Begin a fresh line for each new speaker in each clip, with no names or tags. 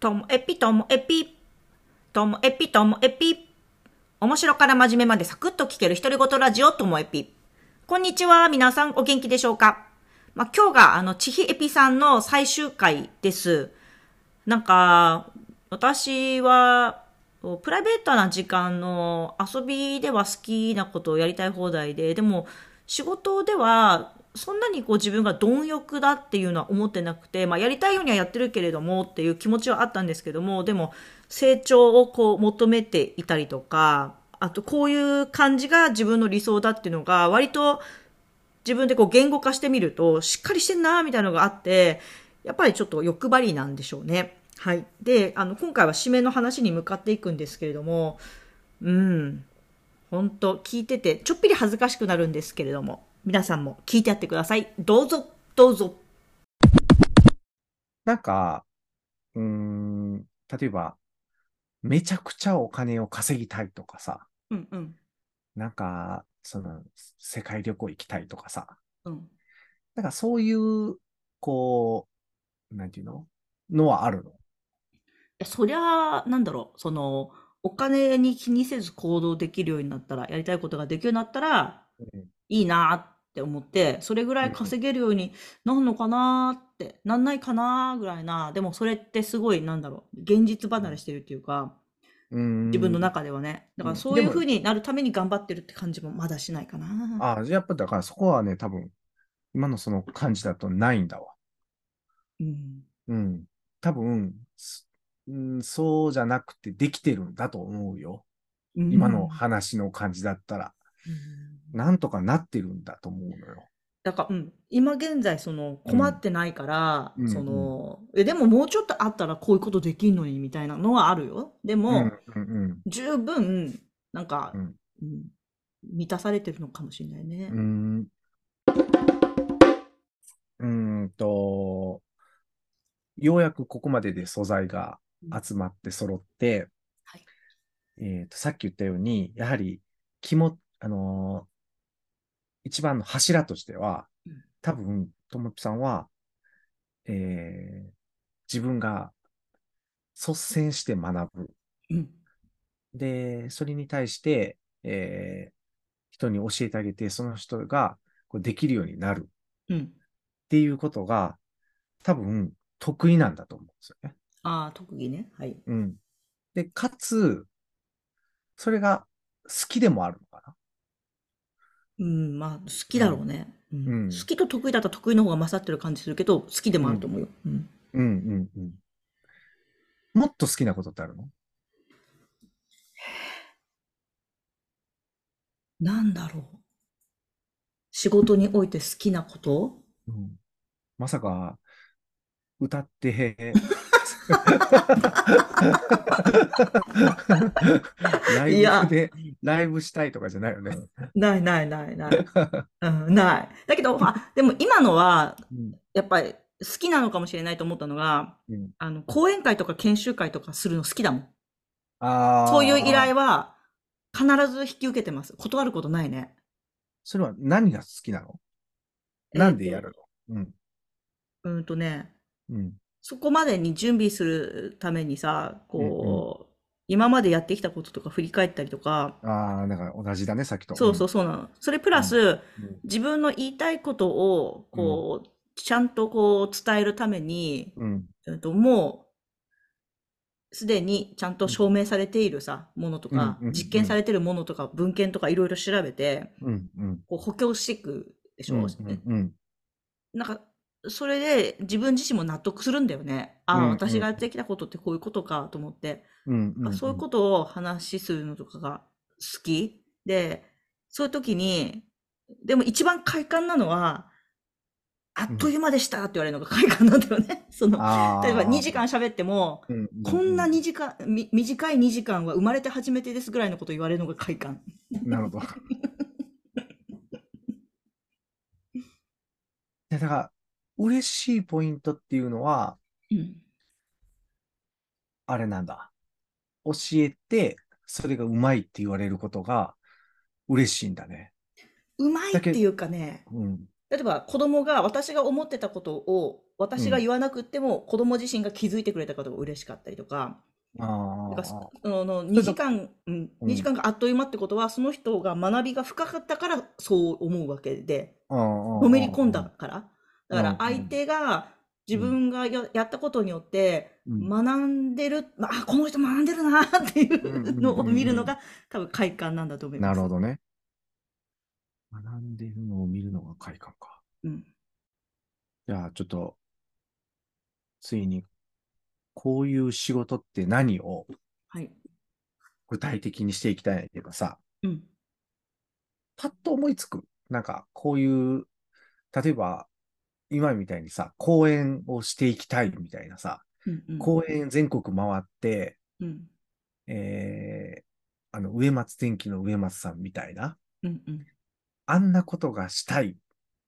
ともえぴともえぴともえぴともえぴ面白から真面目までサクッと聞ける独り言ラジオともえぴこんにちは皆さんお元気でしょうかまあ、今日があのちひえぴさんの最終回ですなんか私はプライベートな時間の遊びでは好きなことをやりたい放題ででも仕事ではそんなにこう自分が貪欲だっていうのは思ってなくて、まあ、やりたいようにはやってるけれどもっていう気持ちはあったんですけどもでも成長をこう求めていたりとかあとこういう感じが自分の理想だっていうのが割と自分でこう言語化してみるとしっかりしてんなーみたいなのがあってやっぱりちょっと欲張りなんでしょうね。はい。で、あの、今回は締めの話に向かっていくんですけれども、うん。本当聞いてて、ちょっぴり恥ずかしくなるんですけれども、皆さんも聞いてやってください。どうぞ、どうぞ。
なんか、うーん、例えば、めちゃくちゃお金を稼ぎたいとかさ、
うんうん。
なんか、その、世界旅行行きたいとかさ、
うん。
なんかそういう、こう、なんていうののはあるの
え、そりゃ、なんだろう、その、お金に気にせず行動できるようになったら、やりたいことができるようになったら、いいなーって思って、それぐらい稼げるようになるのかなーって、なんないかなーぐらいな、でもそれってすごい、なんだろう、現実離れしてるっていうか、
うん。
自分の中ではね。だから
うん
そういう
でも
風になるために頑張ってるって感じもまだしないかな。
あ、やっぱだからそこはね、多分、今のその感じだとないんだわ。
うん。
うん。多分、すうん、そうじゃなくてできてるんだと思うよ。今の話の感じだったら。
うん。
なんとかなってるんだと思うのよ。
だから、うん、今現在その
うん
困ってないから、
うん
その、え、でももうちょっとあったらこういうことできんのにみたいなのはあるよ。でも、
うんうん
十分、なんか、
うん
うん満たされてるのかもしれないね。
うん。うーん。うーんと、ようやくここまでで素材が集まって揃って、
はい
えっと、さっき言ったように、やはり、気も、あのー一番の柱としては
うん、
多分、ともぴさんは、えー自分が率先して学ぶ。
うん。
で、それに対して、えー人に教えてあげて、その人がこうできるようになるっ
うん。
ていうことが、多分、得意なんだと思うんですよね。
ああ、特技ね。はい。
うん。で、かつ、それが好きでもあるのか
うん、まあ、好きだろうね。うん
うん
好きと得意だったら得意の方が勝ってる感じするけど、好きでもあると思うよ。うん。
な。うんうんうん。もっと好きなことってあるの
なんだろう。仕事において好きなこと
うん。まさか、歌 って、ラ
い
イ
や
ブで、ライブしたいとかじゃないよね。
ないないないない。 うん、ない。だけど、あ、でも今のは、
うん
やっぱり好きなのかもしれないと思ったのが、
うん
あの、講演会とか研修会とかするの好きだもん。
ああ。
そういう依頼は必ず引き受けてます。断ることないね。
それは何が好きなのなんでやるのうん。
えーとうんとね、
うん。
そこまでに準備するためにさ、こう、今までやってきたこととか振り返ったりとか、
ああ、なんか同じだね、さっきと。
そうそうそうなの。それプラス、
うん。
自分の言いたいことを、こう、ちゃんとこう伝えるために、
うん。
えっと、もう、すでにちゃんと証明されているさ、ものとか
うんうんう、ん
実験されているものとか、文献とかいろいろ調べて、
うん。うん。
こう補強していくでしょ。
うんうん。
なんか、それで自分自身も納得するんだよね。あ
うん
あ、
うん
私がやってきたことってこういうことかと思って、
うん。うん。
そういうことを話しするのとかが好きで、そういう時に、でも一番快感なのは、あっという間でしたって言われるのが快感なんだよね。 その、
ああ。
例えば2時間、喋っても、
うんうん、
こんな2時間、み短い2時間は生まれて初めてですぐらいのこと言われるのが快感。
なるほど。 でだから、嬉しいポイントっていうのは、
うん。
あれなんだ。教えて、それがうまいって言われることが嬉しいんだね。
うまいっていうかね、
うん。
例えば子供が私が思ってたことを私が言わなくっても、子供自身が気づいてくれたことが嬉しかったりとか、
あ
なんかそ
あ。
あの2時間、うん、
うん
2時間があっという間ってことは、その人が学びが深かったからそう思うわけで、の
の
めり込んだ。から。だか
う
ら
ん
相手が自分がややったことによって
うん
学んでる、まあ、この人学んでるなってい
うんうんうんう
うんのを見るのが多分快感なんだと思いま
な
す。
るほどね。学んでるのを見るのが快感か。
うん。
じゃあ、ちょっと、ついに、こういう仕事って何を
はい。
具体的にしていきたいんだけどさ、
うん。
パッと思いつく。なんか、こういう、例えば、今みたいにさ、講演をしていきたいみたいなさ、
うんうん。
講演全国回って、
うん。
えー、あの、植松天気の植松さんみたいな、
うんうん。
あんなことがしたい。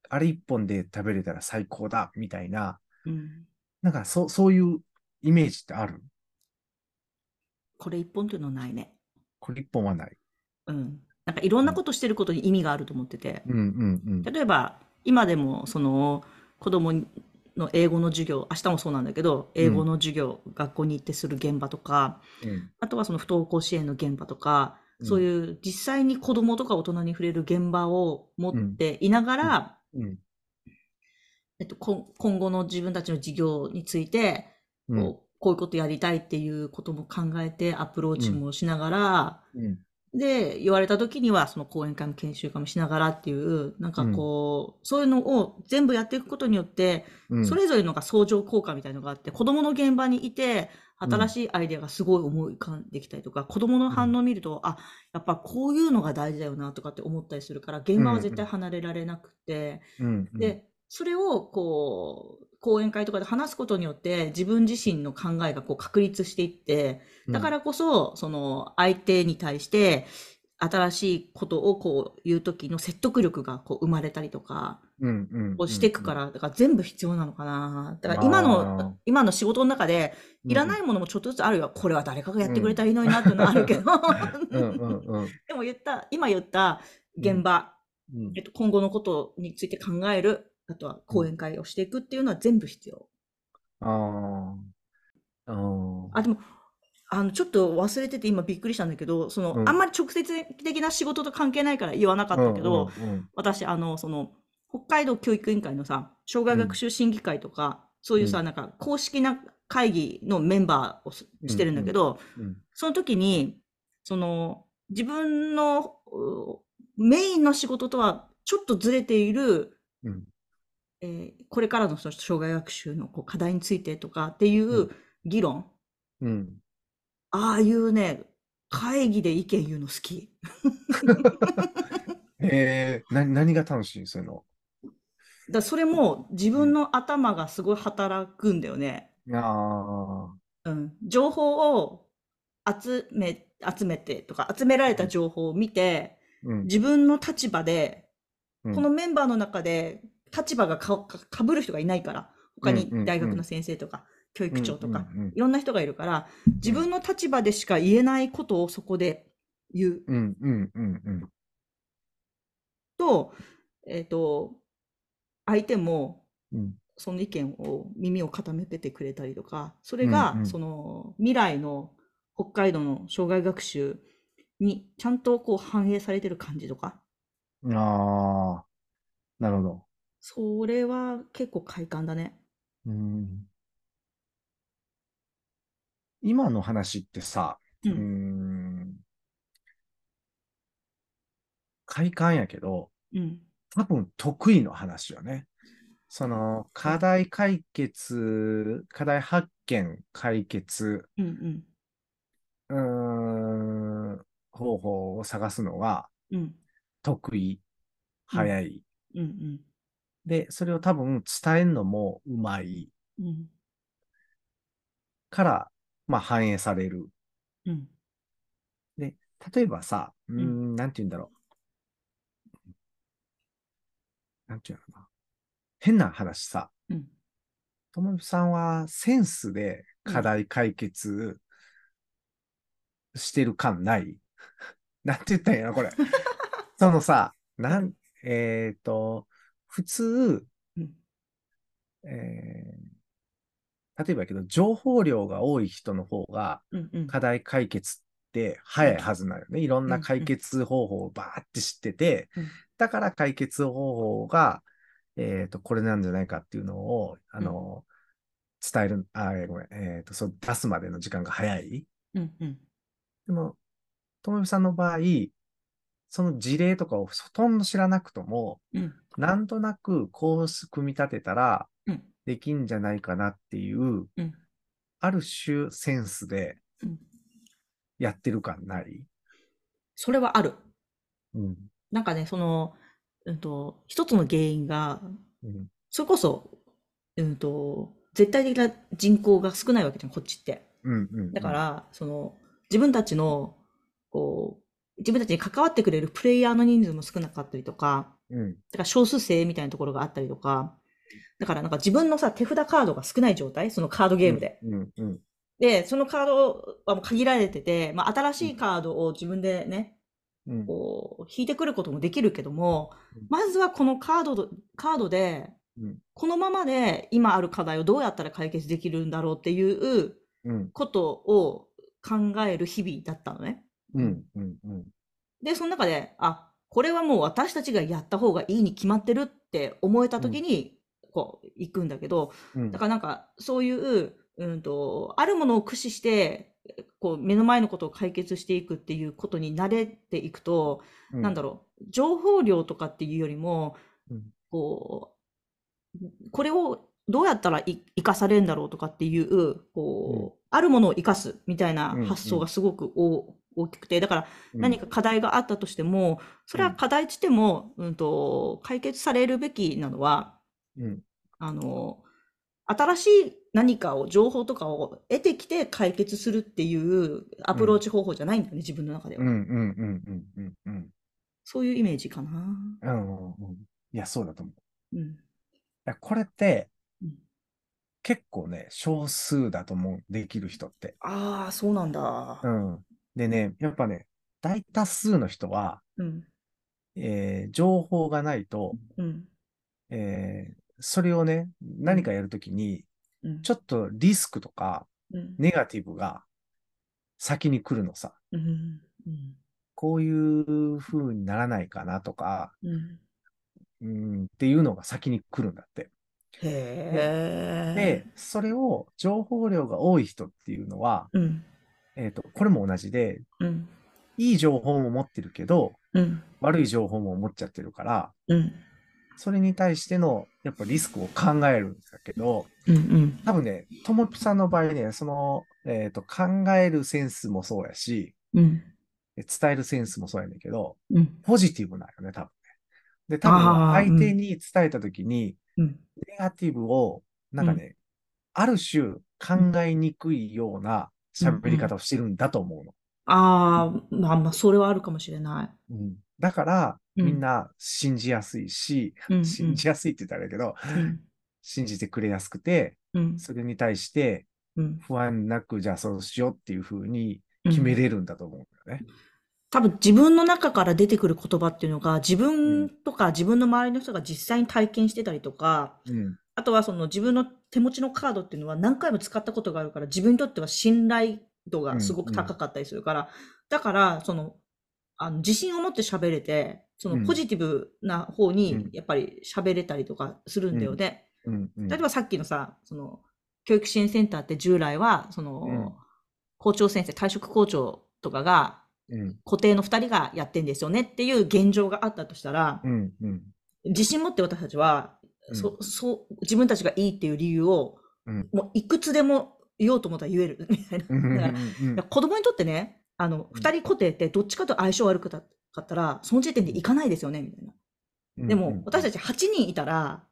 あれ一本で食べれたら最高だ、みたいな。
うん。
なんか、そ、そういうイメージってある
これ一本っていうのはないね。
これ一本はない。
うん。なんかいろんなことしてることに意味があると思ってて。
うんうん
例えば、今でもその子供の英語の授業、明日もそうなんだけど、英語の授業、学校に行ってする現場とか、
うん。うん
あとはその不登校支援の現場とか、
うん
そういう実際に子供とか大人に触れる現場を持っていながら、
うん
えっと、こ今後の自分たちの事業について、
うん
こうこういうことやりたいっていうことも考えてアプローチもしながら、
うん
で、言われた時にはその講演会も研修会もしながらっていう、なんかこう、そういうのを全部やっていくことによって、
うん
それぞれのが相乗効果みたいのがあって、子供の現場にいて、
うん
新しいアイデアがすごい思い浮かんできたりとか、子供の反応を見ると、あ、やっぱこういうのが大事だよなとかって思ったりするから、現場は絶対離れられなくて、
うんうん
で、それをこう、講演会とかで話すことによって、自分自身の考えがこう確立していって、だからこそ、その相手に対して、新しいことをこう言う時の説得力がこう生まれたりとか、
うんうん、
をしていくからら、だから全部必要なのかな。だから
あー
今の、今の仕事の中で、いらないいものもちょっとずつあるよ。これは誰かがやってくれたらいいのになっていうのはあるけど。
うんうんうん
でも言った、今言った現場、
うん
えっと、今後のことについて考える、あとは講演会をしていくっていうのは全部必要。
あーあー
あ、でも、あの、ちょっと忘れてて今びっくりしたんだけど、その、
うん
あんまり直接的な仕事と関係ないから言わなかったけど、
うんうん
私、あの、その、北海道教育委員会のさ、障害学習審議会とか、そういうさ、なんか公式な会議のメンバーをすしてるんだけど、
うん
その時に、その、自分のうメインの仕事とはちょっとずれている、
うん
えーこれからのその障害学習のこう課題についてとかっていう議論、
うん
ああいうね、会議で意見言うの好き。
えー、な何が楽しいそういうの
だからそれも自分の頭がすごい働くんだよね。
あ
うん、情報を集め、集めてとか、集められた情報を見て、
ーうん
自分の立場で、
うん
このメンバーの中で立場がか、か、かぶる人がいないから、他
うんうんう
に
ん
大学の先生とか、教育長とか、
うん
いろんな人がいるから、自分の立場でしか言えないことをそこで言う
うんうんうんうん
と、えっと、相手も、
うん
その意見を耳を傾けてくれたりとか、それ
う
が
んうん
その未来の北海道の障害学習にちゃんとこう反映されてる感じとか、
うんああなるほど
それは結構快感だね。
うん今の話ってさ、
う
うー
ん、
ん快感やけど、
うん、
多分得意の話よね。その、課題解決、課題発見、解決、
うん、うん、
うーん、方法を探すのが
うん、
得意、早い。
うん、うん、
で、それを多分伝えるのもうまい
うん、
から、まあ反映される。
うん、
例えばさ、うー、
うん
なんて言うんだろう。なんて言うのかな。変な話さ、
うん、
ともみさんはセンスで課題解決してる感ない、 なんて言ったんやろ、これ。そのさ、なん、えっ、と、普通、
うん、
えー例えばやけど、情報量が多い人の方が
うんうん。
課題解決って早いはずなのね。いろんな解決方法をバーって知ってて、
うん
だから解決方法が、えっ、と、これなんじゃないかっていうのを、あの、伝える、あ、えーごめん、えっ、と、そう出すまでの時間が早い。
うんうん。
でも、ともみさんの場合、その事例とかをほとんど知らなくとも、
うん
なんとなくこう組み立てたら
うん
できんじゃないかなっていう、
うん
ある種センスで
うん。
やってる感ない。
それはある。
うん。
なんかね、その、うんと、一つの原因が、
うん。
それこそ、うんと、絶対的な人口が少ないわけじゃん、こっちって。
うん。うん。
だから、その、自分たちの、こう、自分たちに関わってくれるプレイヤーの人数も少なかったりとか、
うん。
だから少数制みたいなところがあったりとか、だからなんか自分のさ、手札カードが少ない状態、そのカードゲームで。
うん。うん。
で、そのカードはもう限られてて、まあ、新しいカードを自分でね、
うん。
こう、引いてくることもできるけども
うん、
まずはこのカードと、カードで
うん、
このままで今ある課題をどうやったら解決できるんだろうっていう
うん。
ことを考える日々だったのね。
うん。うん。うん。
で、その中で、あ、これはもう私たちがやった方がいいに決まってるって思えた時に、こう、行くんだけど、
うん
だからなんか、そういう、うんと、あるものを駆使して、こう、目の前のことを解決していくっていうことに慣れていくと、
うん
なんだろう、情報量とかっていうよりも
うん、
こう、これをどうやったらい生かされるんだろうとかっていう、こう、あるものを生かすみたいな
うん
発想がすごくお大きくて、だから
うん
何か課題があったとしても、それは課題しても、うんと、解決されるべきなのは、
うん。
あの、新しい何かを、情報とかを得てきて解決するっていうアプローチ方法じゃないんだよね、自分の中で
う
は。
ん。うん。うん。うん。うん。うん。
そういうイメージかな。
うん。うん。いや、そうだと思う。
うん。
いやこれって
うん、
結構ね、少数だと思う。できる人って。
ああ、そうなんだ
う。ん。でね、やっぱね、大多数の人は、
うん。
えー情報がないと、
うん。
えーそれをね、何かやるときに、
うん。
ちょっとリスクとか、
うん。
ネガティブが先に来るのさ。
うん。うん。
こういう風にならないかなとか、
うん。
うん、っていうのが先に来るんだって。
へ
で、それを情報量が多い人っていうのは、
え。うん。
えっ、と、これも同じで、
うん。
いい情報も持ってるけど、
うん。
悪い情報も持っちゃってるから、
うん。
それに対しての、やっぱリスクを考えるんだけど、
うん。うん。
多分ね、ともぴさんの場合ね、その、えっ、と、考えるセンスもそうやし、
うん。
伝えるセンスもそうやねんけど、
うん。
ポジティブなんよね、多分ね。で、多分
あー
相手に伝えたときに、
うん。
ネガティブを、なんかね、ある種考えにくいような喋り方をしてるんだと思うの。
ああ、まあまあ、それはあるかもしれな
うんだから、
うん
みんな信じやすいし、
い。うん。
信じやすいって言ったらあれだけど、
うん。
信じてくれやすくて、
うん。
それに対して
うん。
不安なく、じゃあそうしようっていうふうに決めれるんだと思うんだよね。
多分自分の中から出てくる言葉っていうのが自分とか自分の周りの人が実際に体験してたりとか、
うん。
あとはその自分の手持ちのカードっていうのは何回も使ったことがあるから自分にとっては信頼度がすごく高かったりするから、だからそのあの自信を持って喋れて、そ
うん
のポジティブな方
うん
にやっぱり喋れたりとかするんだよね。
うん。うん
例えばさっきのさ、その、教育支援センターって従来は、その、
うん
校長先生、退職校長とかが、
うん
固定の2人がやってんですよねっていう現状があったとしたら、
うん。うん。
自信持って私たちは、
うん
そそう自分たちがいいっていう理由を、
うん
もういくつでも言おうと思ったら言える みたいな。
うん。
だから
うん
いや子供にとってね、あの、2人固定ってどっちかと相性悪くたかったら、その時点でいかないですよね、みたいな。でも、私たち8人いたら、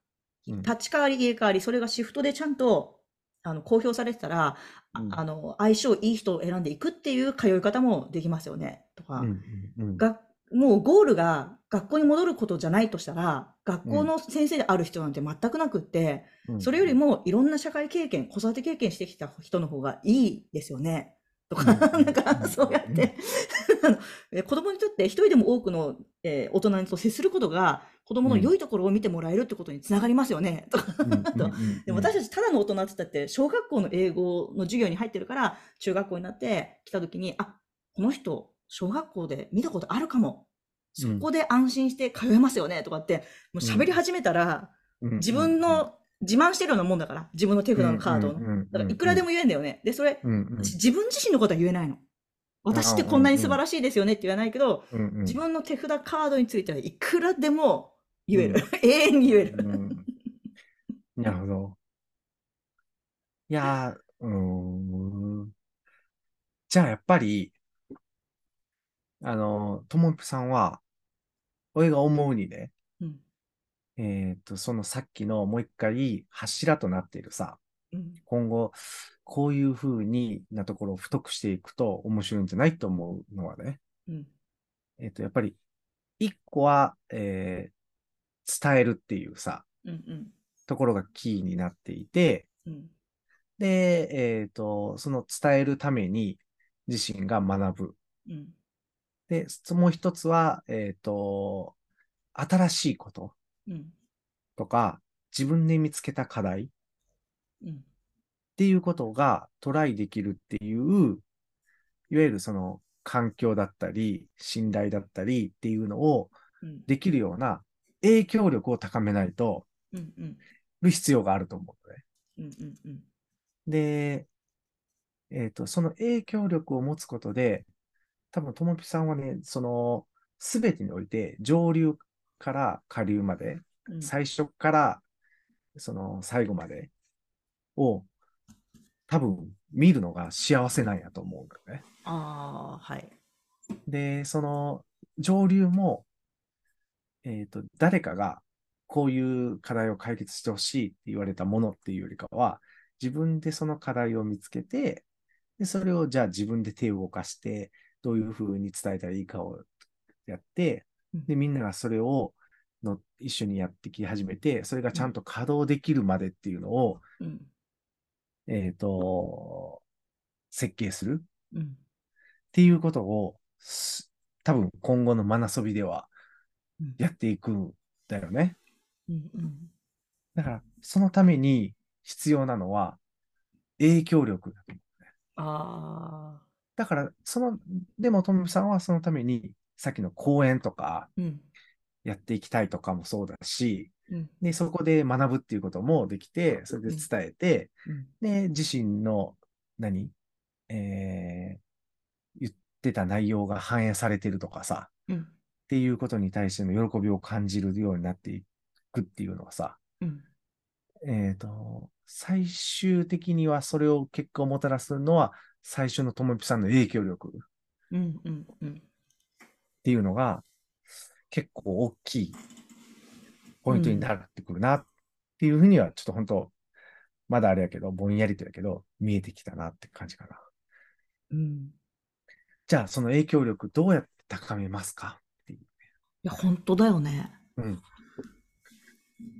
うん
立ち代わり、入れ替わり、それがシフトでちゃんと、あの、公表されてたら、あ
うん
あの、相性いい人を選んでいくっていう通い方もできますよね、とか。
うんうんうん
が、もうゴールが学校に戻ることじゃないとしたら、学校の先生である人なんて全くなくって、
うん
それよりもいろんな社会経験、子育て経験してきた人の方がいいですよね。とか、
う ん
なんか、そうやって、あのえ子供にとって一人でも多くの、えー大人にと接することが、子供の良いところを見てもらえるってことにつながりますよね、とか。でも私たちただの大人って言ったって、小学校の英語の授業に入ってるから、中学校になって来た時に、あ、この人、小学校で見たことあるかも。そこで安心して通えますよね、とかって、もう喋り始めたら、自分の自慢してるようなもんだから、自分の手札のカードの。だからいくらで
も、
も言えんだよね。で、それ、
うんうん
私自分自身のことは言えないの。私ってこんなに素晴らしいですよねって言わないけど、
うんうん
自分の手札カードについてはいくらでも言える。 永遠に言える。
うんなるほど。いやー、うーん。じゃあやっぱり、あの、ともぴさんは、俺が思うにね、
うん
えっと、そのさっきのもう一回柱となっているさ、
うん
今後、こういう風になところを太くしていくと面白いんじゃないと思うのはね、
うん
えっと、やっぱり、一個は、えー伝えるっていうさ、
うんうん
ところがキーになっていて、
うん
で、えっと、その伝えるために自身が学ぶ。
うん
で、もう一つは、えっと、新しいこと
うん
とか、自分で見つけた課題っ
うん
ていうことがトライできるっていう、いわゆるその環境だったり、信頼だったりっていうのを
うん
できるような影響力を高めないと、
うんうん
る必要があると思うのね。
うんうんうん
で、えっと、その影響力を持つことで、多分ともぴさんはね、その、すべてにおいて、上流から下流まで、
うん
最初から、その、最後までを、多分、見るのが幸せなんやと思うんだよね。
ああ、はい。
で、その、上流も、えっと、誰かが、こういう課題を解決してほしいって言われたものっていうよりかは、自分でその課題を見つけて、で、それをじゃあ自分で手を動かして、どういうふうに伝えたらいいかをやって、で、みんながそれをの一緒にやってき始めて、それがちゃんと稼働できるまでっていうのを、
うん
えっと、設計する。
うん
っていうことをす、多分今後のマナソビでは
うん
やっていくんだよね。
うんうん
だから、そのために必要なのは影響力だと思うね。
ああ、
だから、その、でも、ともみさんはそのために、さっきの講演とか
うん
やっていきたいとかもそうだし、
うん
で、そこで学ぶっていうこともできて、それで伝えて、
うん
で、自身の、何えー、言ってた内容が反映されてるとかさ、
うん
っていうことに対しての喜びを感じるようになっていくっていうのはさ、
うん
えっ、と、最終的にはそれを結果をもたらすのは、最初のともぴさんの影響力っ
うんうんうん
ていうのが、結構大きいポイントになってくるなっていうふうには、ちょっと本当、まだあれやけど、ぼんやりとやけど、見えてきたなって感じかな。
うん
じゃあ、その影響力どうやって高めますか
いや、本当だよね。
うん。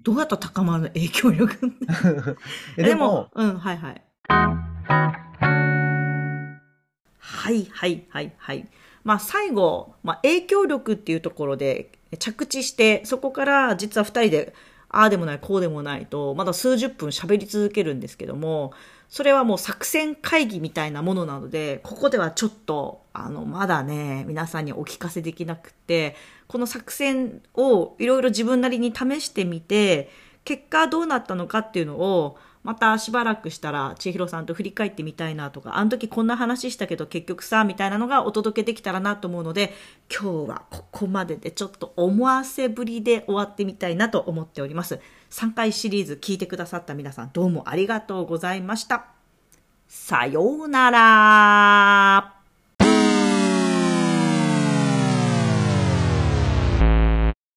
どうやったら高まるの影響力
え
でも、うん、はいはい。はいはいはいはい。まあ最後、まあ影響力っていうところで着地して、そこから実は二人で、ああでもない、こうでもないと、まだ数十分喋り続けるんですけども、それはもう作戦会議みたいなものなので、ここではちょっと、あの、まだね、皆さんにお聞かせできなくて、この作戦をいろいろ自分なりに試してみて、結果どうなったのかっていうのを、またしばらくしたら千尋さんと振り返ってみたいなとか、あの時こんな話したけど結局さ、みたいなのがお届けできたらなと思うので、今日はここまででちょっと思わせぶりで終わってみたいなと思っております。3回シリーズ聞いてくださった皆さんどうもありがとうございました。さようなら。